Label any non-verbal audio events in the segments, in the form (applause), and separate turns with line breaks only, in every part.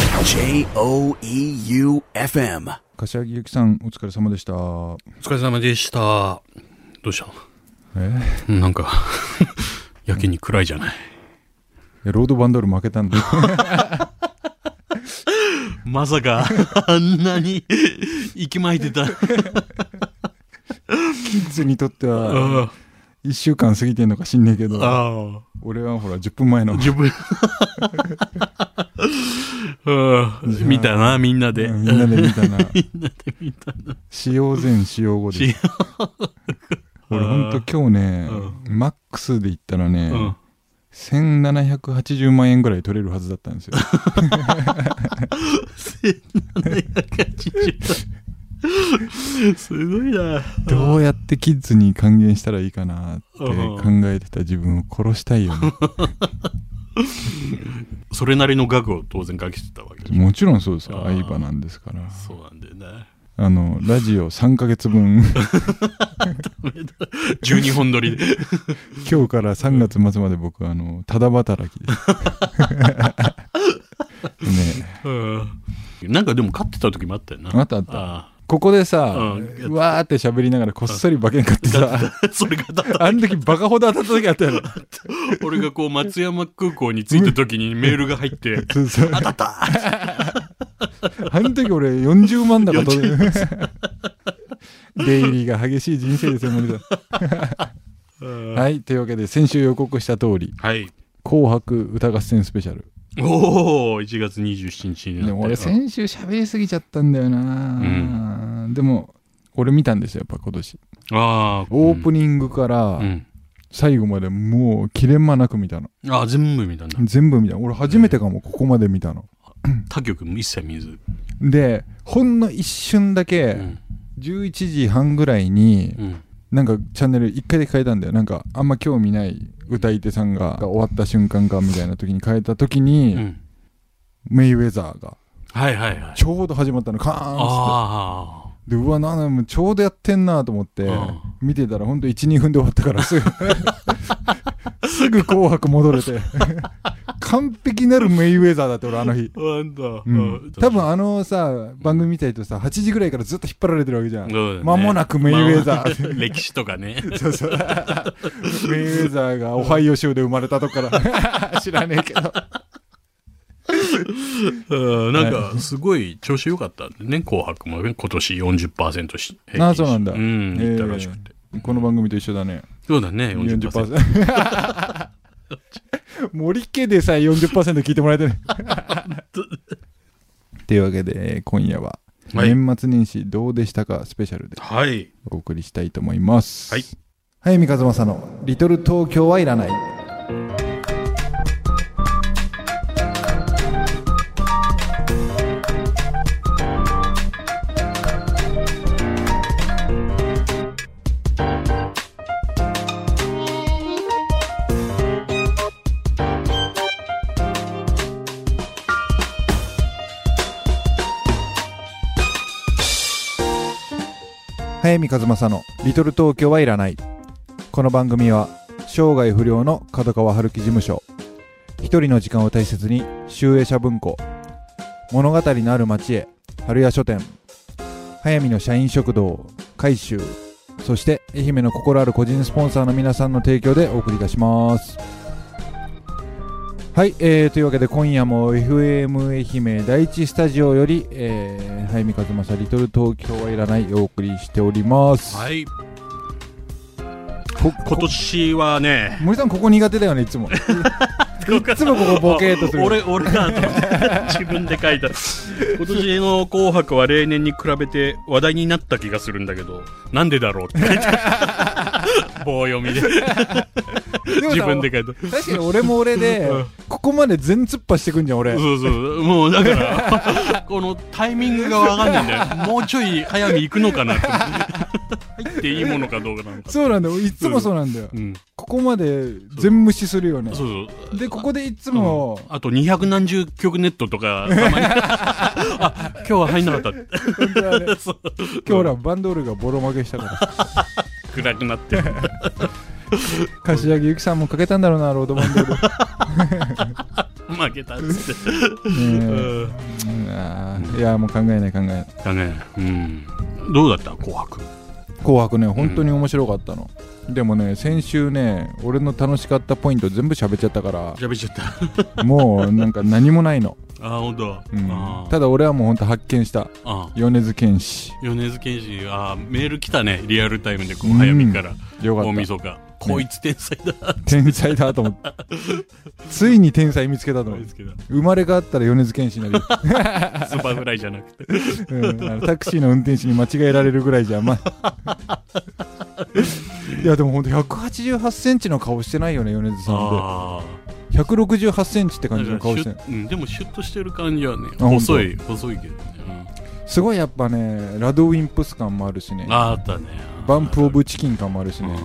E J-O-E-U-F-M
柏木由紀さんお疲れ様でした
お疲れ様でした。どうした
え
うんなんか、 (laughs) やけに暗いじゃない。
いやロードバンドール負けたん
(laughs)
で
まさか、 (laughs) あんなに、息巻いてた。
キッズにとっては
あ
1週間過ぎてんのか知んねえけど
あ。
俺はほら10分前の
自分。ああ
いや
見たな、みんなで。
うん
(laughs)
みんなで見たな
みんなで見たな。
使用前使用後で
使
す (laughs) 俺ほんと今日ねマックスで言ったらね、
うん。
1780万円ぐらい取れるはずだったんです
(laughs)
よ
すごいな。
どうやってキッズに還元したらいいかなって考
うん
えてた自分を殺したいよね
それなりの額を当然書きしてた (laughs) わけでしょ
もちろんそうですよ
あー
相場なんですから
そうなんだよね。
あのラジオ3ヶ月分 (laughs)
12本撮 (laughs) りで。
今日から3月末まで僕はあのただ働きです (laughs) ね
なんかでも勝ってた時もあったよな。
あったあった
あ
ここでさ、
うん
わーって喋りながらこっそり馬券買ってさ
あ (laughs) それが当たっ
(laughs)
た
あの時バカほど当たった時あったよね
俺がこう松山空港に着いた時にメールが入って
そうそう
(laughs) 当たった
(laughs) あの時俺40万だか取れ
40
る (laughs) 出入りが激しい人生ですよ森田
(laughs) は
はいというわけで先週予告した通り
い
「紅白歌合戦スペシャル
おお1月27日」になって
でも俺先週喋りすぎちゃったんだよな、でも俺見たんですよやっぱ今年
ああ
オープ
ン
ニングから
うん
最後までもう切れ間なく見たの
ああ全部見たんだ
全部見た俺初めてかもここまで見たの
他局も一切見ず
でほんの一瞬だ
う
け
ん
11時半ぐらいに
うん
なんかチャンネル一回で変えたんだよなんかあんま興味ない歌い手さんがが終わった瞬間かみたいな時に変えた時
う
に
ん
メイウェザーが
はいはいはい
ちょうど始まったのカーンっつっ
ああ
てでうわなんだもうちょうどやってんなと思って
うん
見てたらほんと12分で終わったからす (laughs) ぐすぐ「紅白」戻れて完璧なるメイウェザーだって俺あの日
なんだ
うん多分あのさ番組見たりとさ8時ぐらいからずっと引っ張られてるわけじゃん間もなくメイウェザー
ー歴史とかね
(laughs) そうそうメイウェザーがオハイオ州で生まれたとこから (laughs) 知らねえけど
うんなんかすごい調子良かったんでね「紅白」もね今年40%し平均し
あそうなんだ
うんいったらしくて、
この番組と一緒だね
そうだね 40%,
40%森家でさえ40%聞いてもらえてね (laughs) というわけで今夜は
はい
年末年始どうでしたかスペシャルで
はい
お送りしたいと思います
はい
早見和正の「リトル東京はいらない」早見和正の「リトル東京はいらない」この番組は生涯不良の角川春樹事務所一人の時間を大切に集英社文庫物語のある町へ春屋書店早見の社員食堂改修そして愛媛の心ある個人スポンサーの皆さんの提供でお送りいたしますはい、えー、というわけで今夜も FM 愛媛第一スタジオより、えー、早見和正リトル東京はいらないお送りしております、
はい
こ
今年はね
森さんここ苦手だよねいつ
(laughs)
もいつもここボケーっとする
俺俺が後で (laughs) 自分で書いた今年の「紅白」は例年に比べて話題になった気がするんだけどなんでだろうって書いてあ
(laughs)
る棒読みで
でもさ
自分で書いた
確かに俺も俺で
うん
ここまで全突破してくんじゃん俺
そうそう。もうだから、このタイミングがわかんないんだよ。もうちょい早見行くのか
(laughs)
なって。入っていいものかどうかなのか。
そうなんだよいつもそうなんだよ
うん。
ここまで全無視するよね
そうそう。
でここでいつ
うん
も
あと二百何十曲ネットとか、
(laughs)
たまに。あ、今日は入んなかっ
本当はね
た。 (laughs) そう
今日ほらバンドールがボロ負けしたから
暗くなって。 (laughs)
柏木由紀さんもかけたんだろうなロードバンドール
ま負けたっつって。
ね
(laughs) うん
えうんあーいやもう考えない考えない
だね。うん。どうだった紅白。
紅白ね本当に面白かったの、でもね先週ね俺の楽しかったポイント全部喋っちゃったか
(laughs) 喋っちゃった。
らもうなんか何もないの、
ああ、ほんと。
うん
あー
ただ俺はもう本当発見した
あー。
米津玄師
米津玄師、ああ、メール来たね。リアルタイムで、こう、早めから。
よか
大
っ
晦日。こいつ天才だ。
た天才だと思って
(laughs)
ついに天才見つけたと
大
思って (laughs)
好きだ。
生まれ変わったら米津玄師になるよ、
スーパーフライじゃなくて。
うんあのタクシーの運転手に間違えられるぐらいじゃま
(laughs)
あいやでも本当188センチの顔してないよね米津さんって
ああ。
168センチって感じ
な
の
んか
顔
シ
し
ュ
てない
ッうん、でもシュッとしてる感じはね
あ
細い細いけどね、
すごいやっぱねラドウィンプス感もあるしね
うん、あああったね
バンプ・オブ・チキン感もあるし
う
ね、
ん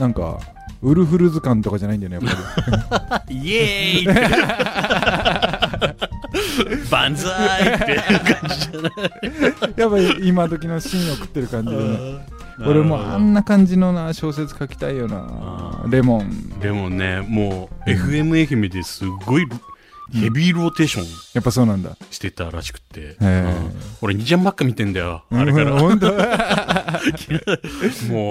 なんかウルフルズ感とかじゃないんだよねやっぱ
イエ (laughs) ーイってバンザーイって感じじゃない
りやっぱり今時のシーンを食ってる感じで、ね、俺もあんな感じのな小説書きたいよなレモン
でもねもう FM 愛媛ですごいヘビーローテーション
やっぱそうなんだ
してたらしくて、
へー
うん俺2ちゃんばっか見てんだよあれから
うん
も
本当へ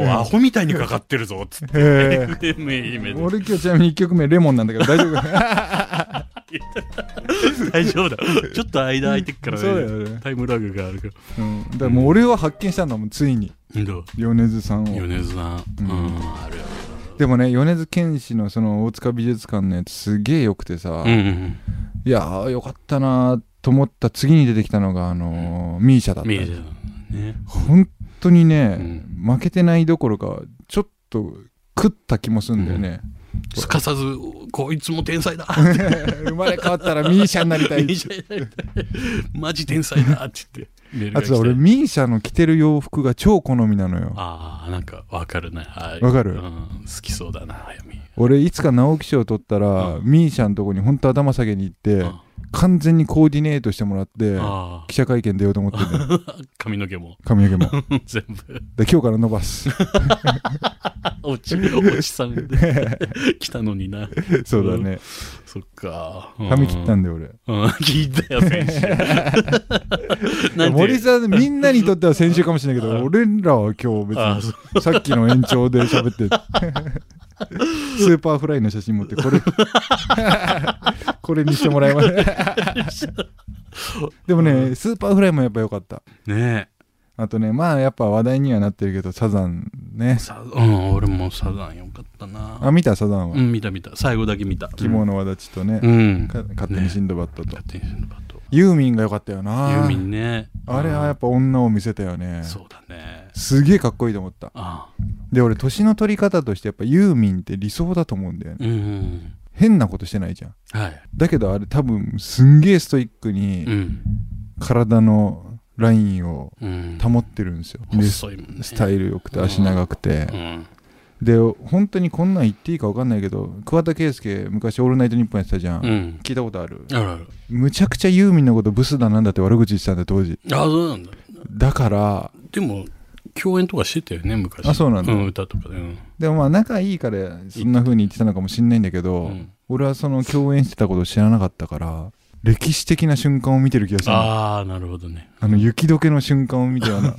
うアホみたいにかかってるぞっつって (laughs)
え
FM 愛媛で
俺今日ちなみに1曲目レモンなんだけ
(laughs)
ど大丈夫
大丈夫だちょっと間空いてっからね
そうだよね、
タイムラグがあるから
うん、だからもう俺は発見したんだもんついに
どう
米津さんを
米津さん、うん、あるよ。
でもね米津玄師のその大塚美術館のやつすげえよくてさ、
うんうん
いやーよかったなーと思った次に出てきたのが、あのーミーシャだ
う
っ
ん。見え
た
てたね。
本当にね、
う
負けてないどころかちょっと食った気もするんだよね、
すかさず、こいつも天才だ。
(laughs) 生まれ変わったらミーシャになりたい
天才だ (laughs) マジ天才だって言ってメール
あ
が来
と
て。
さ俺ミーシャの着てる洋服が超好みなのよ
ああ、なんかわかるね。はい
わかる
うん。好きそうだな、早見。
俺いつか直木賞取ったら、ミーシャのとこに本当頭下げに行って、
うん
完全にコーディネートしてもらって
あ
記者会見出ようと思ってんだよ
あ、髪の毛も (laughs)
髪の毛 (laughs) も
全部。
で今日から伸ば (laughs) す
おち、おちさんで (laughs) 来たのにな。
そうだね
そっか。
髪切ったんだよ俺
うん、聞いたよ、先
(laughs)
週。なんて
森さん、みんなにとっては先週かもしれないけど、俺らは今
あ
日別に、さっきの延長で喋っ
(laughs)
て、スーパーフライの写真持って、こ
(laughs)
れ、これにしてもらいました。でもね、スーパーフライもやっぱ良かった。
ねえ。
あとね、まあやっぱ話題にはなってるけど、サザンね。
さうん、俺もサザンよかったな。
あ、見たサザン
う
は。
ん、見た見た。最後だけ見た。
キモの輪立ちとね
う、ん。
か勝手にシンドバッドと
ガ。テンションバト。
ユーミンが良かったよ
ユー
な
ミ。ンね。
あれはやっぱ女を見せたよね。
そうだね。
すげえかっこいいと思った。
あ
で俺年の取り方としてやっぱユーミンって理想だと思うんだよね
うんうん。
変なことしてないじゃん
はい。
だけどあれ多分すんげえストイック
う
に
ん。
体のラインを
うん。
保ってるんですよ、でス
細いもんね。
タイル良くて足長くて
う、ん。
で本当にこんなん言っていいか分かんないけど桑田佳祐昔「オールナイトニッポン」やってたじゃん、
うん。
聞いたことある
あらあら。
むちゃくちゃユーミンのことブスだなんだって悪口言ってたんだ当時
あ、そうなんだ。
だから
でも、共演とかしてたよね、昔。
あそうなんだ
うん、歌とかで。うん。
でもまあ仲いいからそんな風に言ってたのかもしんないんだけど、
うん
俺はその共演してたことを知らなかったから歴史的な瞬間を見てる気がするあ
ああ、なるほどね。
の雪解けの瞬間を見てよう
(laughs)
な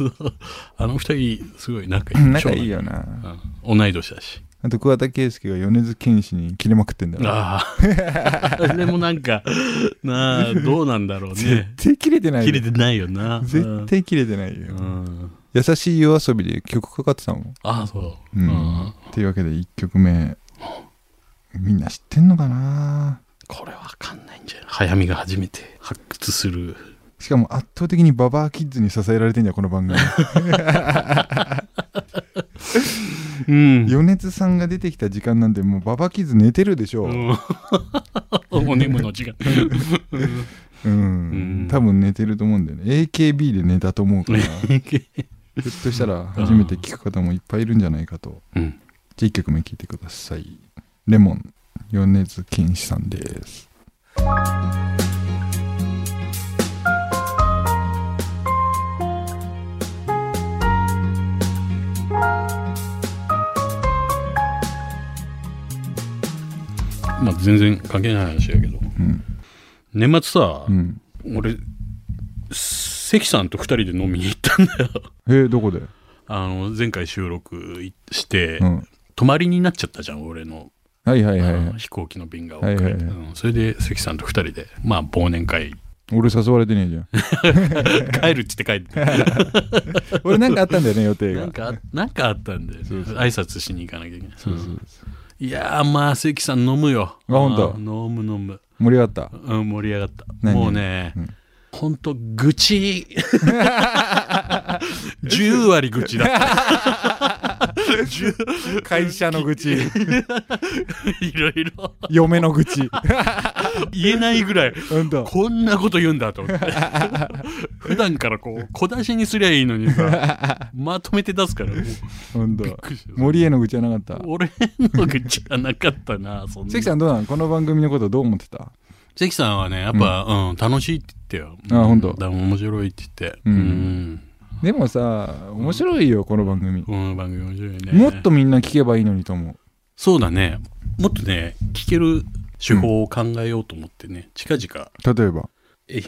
あの二人、すごい仲いい。
仲いいよな
長男。うん。同い年だし。
あと桑田佳祐が米津玄師に切れまくってんだよ
ああ。 (laughs) でもなんか、なあ、どうなんだろうね。
絶対切れてないよ
切れてないよな。
絶対切れてない
うん
よ、
うん。
優しい夜遊びで曲かかってたもん、
ああ、そうう。
ん
うん
っていうわけで1曲目みんな知ってんのかな
これわかんないんじゃない早見が初めて発掘する。
しかも圧倒的にババアキッズに支えられてんじゃんこの番
(laughs)
組
うん。
米津さんが出てきた時間なんてもうババキッズ寝てるでしょう、
うん、
(laughs)
お眠の時間。
うん
うん
多分寝てると思うんだよね AKB で寝たと思う
(laughs)
からひょっとしたら初めて聞く方もいっぱいいるんじゃないかと
(laughs) うん。
じゃあ1曲目聴いてくださいレモン米津玄師さんです
まあ、全然関係ない話やけど。
うん
年末さ
う、ん
俺、関さんと二人で飲みに行ったんだよ。 (laughs)
えー、どこで、
あの、前回収録いして、
うん、
泊まりになっちゃったじゃん、俺の、
はいはいはい、
あ
は
の
い、
飛行機の便が遅れて、
はいはいはい
うんそれで関さんと二人で、まあ、忘年
(laughs)
会、
俺誘われてねえ
(laughs)
じゃん
帰るっつって帰って、
俺なんかあったんだよね予定
な
が
んか、なんかあったんで、
そうそう
挨拶しに行かなきゃいけない。
そうそう
いやー、まあ、関さん飲むよ。
あほんと
うん飲む飲む。
盛り上がった
うん、盛り上がった。
何
もうね
うん、
ほんと、愚痴。10割愚痴だっ
会社の愚痴
た。いろいろ。
(laughs) 嫁の愚痴
言えないぐらい、
うん
(laughs)
と
こんなこと言うんだと思って。 (laughs) 普段からこう、小出しにすりゃいいのにさ、まとめて出すから、もうびっ
うんと
くりしたよ
森への愚痴はなかった
俺の愚痴はなかったな、そんな。
関さんどうなんこの番組のことどう思ってた
関さんはね、やっぱ、うん、楽しいって言ってよ。
あほんと
だから面白いって言って。
う
うんん。
でもさ面白いよこの番組
この番組面白いね。
もっとみんな聞けばいいのにと思う
そうだね。もっとね、聞ける手法を考えようと思ってね、近々、
例えば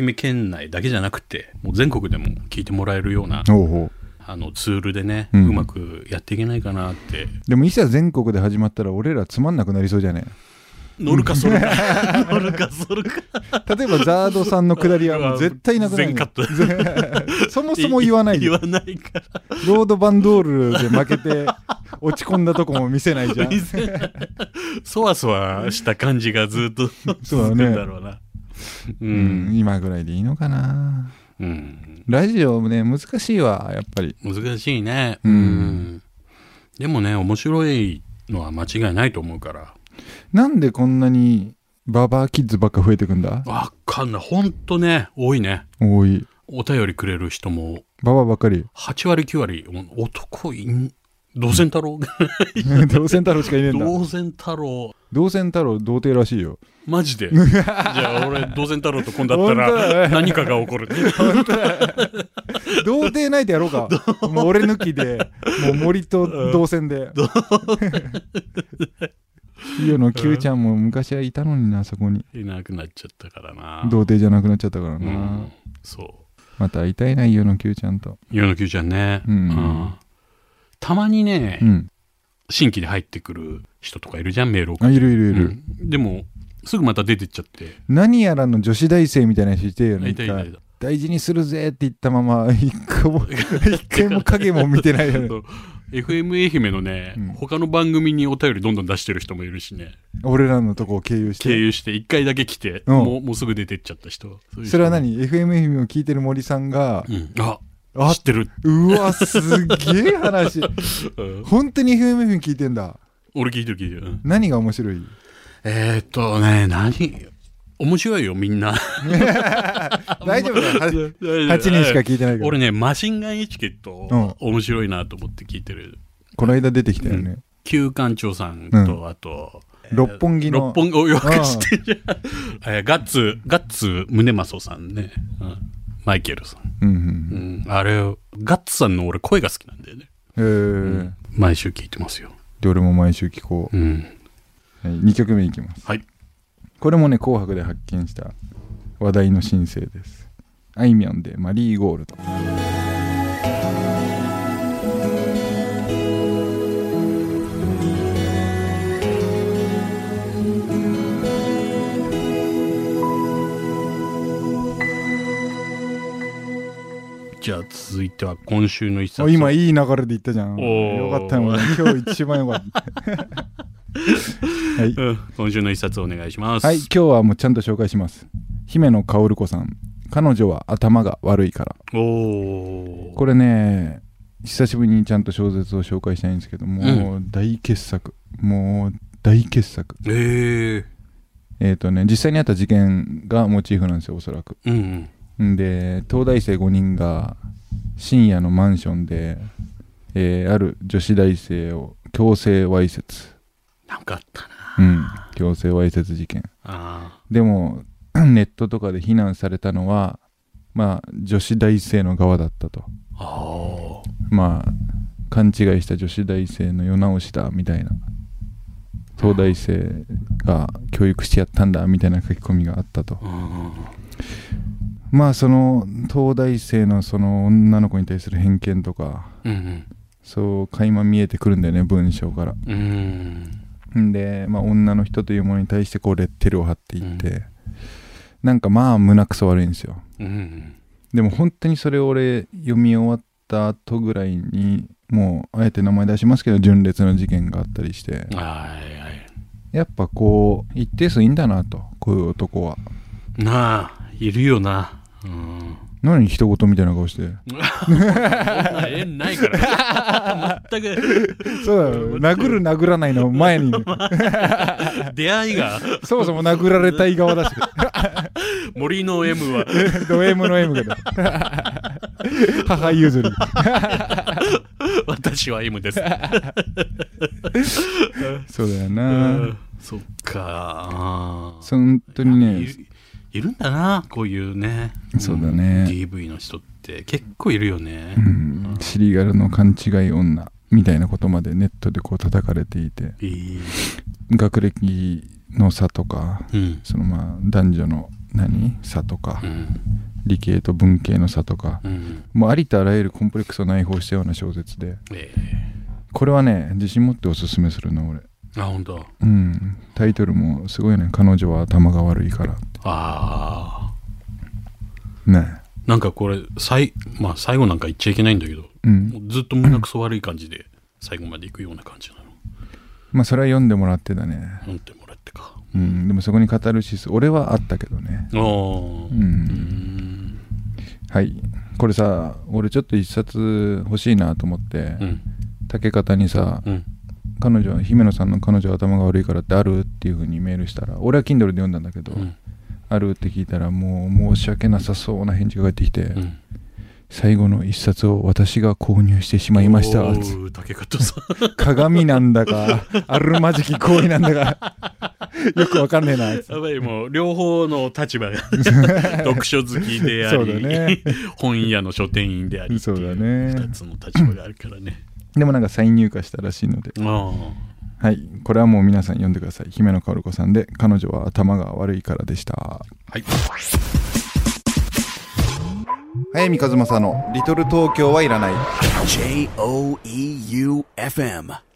愛媛県内だけじゃなくて、もう全国でも聞いてもらえるような、
ほうほう
あの、ツールでね、
う
うんまくやっていけないかなって。
でもいざ全国で始まったら俺らつまんなくなりそうじゃね
乗るかそるか。乗るかそるか。
例え (laughs) ばザードさんのくだりはもう絶対なくなる
全カット。
(laughs) そもそも言わない
言
よ
わないか
ロードバンドールで負けて (laughs) 落ち込んだとこも見せないじゃ (laughs)
ら。
ん
見せないそわそわした感じがずっと
そうだね
続くんだろうな。う。
うんん今ぐらいでいいのかな
うん。
ラジオもね難しいわやっぱり
難しいね。
うん
うん。でもね、面白いのは間違いないと思うから。
なんでこんなにババアキッズばっか増えてくんだ
わかんない。ほんとね、多いね。
多い
お便りくれる人も、
ババアばっか (laughs) り
8割9割、お男いん、同然太郎
道仙太郎しかいねえんだ
同然太郎。
道仙太郎童貞らしいよ
マ
(laughs)
ジで。じゃあ俺、同然太郎と今度会った
本当だ
ら、何かが起こる。 (laughs)
童貞ナイトやろうかもう俺抜きでもう森と同線でいいよの Q ちゃんも昔はいたのになそこに
いなくなっちゃったからな。
童貞じゃなくなっちゃったから
う
な、
ん。そう。
また会いたいな、イオの Q ちゃんと。
世の Q ちゃんね。
うん
たまにね、
うん。
新規で入ってくる人とかいるじゃん、メールを送
あ、
って。
いるいるいる。
うんでも、すぐまた出てっちゃって。
何やらの女子大生みたいな人いてよね、
いた
一
いたい
回。
た。
大事にするぜって言ったまま、 (laughs) 一個も、一回も影も見てないよね。
(laughs) そう FM 愛媛のね、
うん
他の番組にお便りどんどん出してる人もいるしね
俺らのとこを経由し
経
て。
由して1回だけ来て、
うん
もうもうすぐ出てっちゃった人ういう人
それは何 ?FM 愛媛を聞いてる森さんが、
うん、あ
あ
知ってる、
うわ、すげえ話。
(laughs) うん
本当に FM 愛媛聞いてんだ。
俺聞いてる聞いてる、うん
何が面白い
えー、っとね何面白いよみ
(laughs)
んな
大丈夫だよ。
8
8人しか聞いてないから
俺。ねマシンガンエチケット、面白いなと思って聞いてる
この間出てきたよね。
旧館長さん
う
とあと、
六本木の。
六本木をよく
うん
知ってるじゃんえーガッツガッツ宗正さんね、うんマイケルさ
う
ん
んう。
うんん、あれ、ガッツさんの俺声が好きなんだよね。
えー。
毎週聞いてますよ。
で、俺も毎週聞こう。
うん。
はい、2曲目いきます
はい
これもね「紅白」で発見した話題の新星ですあいみょんで「マリーゴールド」
じゃあ続いては今週の一冊。
お今いい流れでいったじゃん
おー
よかったよ今日一番よかった
(laughs)
はい、
うん今週の一冊お願いします。
はい、今日はもうちゃんと紹介します姫野薫子さん彼女は頭が悪いから
おお。
これね久しぶりにちゃんと小説を紹介したいんですけども、う大傑作もう大傑作
ええ
えっ、とね実際にあった事件がモチーフなんですよおそらく
うんうん。
で東大生5人が深夜のマンションで、えーある女子大生を強制わいせつ、
なんかあったな。
うん、強制わいせつ事件
あ
でも (clears throat) ネットとかで非難されたのはまあ女子大生の側だったと
あ。ああ。
まあ勘違いした女子大生の世直しだみたいな東大生が教育してやったんだみたいな書き込みがあったと
うん
まあその東大生のその女の子に対する偏見とか
うん
そう垣間見えてくるんだよね文章から
うんうん
んで、まあ、女の人というものに対してこうレッテルを貼っていって、なんかまあ胸くそ悪いんですよ
うん
でも本当にそれを俺読み終わった後ぐらいにもうあえて名前出しますけど純烈の事件があったりして
はいはい
やっぱこう一定数いいんだなとこういう男は
なあいるよなうん
何人事みたいな顔して
そんな縁ないから全く
(laughs) そうだよ殴る殴らないの前に
出会いが
(laughs) そもそも殴られたい側だし (laughs)
森の M は
ド M の M がだ (laughs) 母譲り
私は M です
そうだよ
う
なん
そっかあー
そ本当に
い
ね
るいるんだなこういうね
そうだね
ん DV の人って結構いるよね
うんシリガルの勘違い女みたいなことまでネットでこう叩かれていて
いい
学歴の差とか
うん
そのまあ男女の何差とか
うん
理系と文系の差とか
うん
もうありとあらゆるコンプレックスを内包したような小説で
ええ
これはね自信持っておすすめするの俺
あ本当。
うんタイトルもすごいね彼女は頭が悪いからって
ああ
ね
なんかこれ最まあ最後なんか言っちゃいけないんだけど
うん
もうずっと胸くそ悪い感じで最後まで行くような感じなの
まあそれは読んでもらってだね
飲んでもらってか
うんでもそこにカタルシス俺はあったけどね
ああう
うんんはいこれさ俺ちょっと一冊欲しいなと思って、
うん
竹方にさ
うん
彼女姫野さんの彼女は頭が悪いからってあるっていう風にメールしたら俺は Kindle で読んだんだけど、
うん
あるって聞いたらもう申し訳なさそうな返事が返ってきて、
うん
最後の一冊を私が購入してしまいました
おー竹方さん
鏡なんだ
(laughs)
かあるまじき行為なんだかよくわかんねえなあいつ
やばい、もう、両方の立場が、読書好きであ
そう
り、
だね
本屋の書店員でありってい
そうだね
二つの立場があるからね。
でもなんか再入荷したらしいので
あ
はいこれはもう皆さん読んでください姫野薫子さんで彼女は頭が悪いからでした
あ。はい。
早見和正の「リトル東京はいらない」
J O E U F M.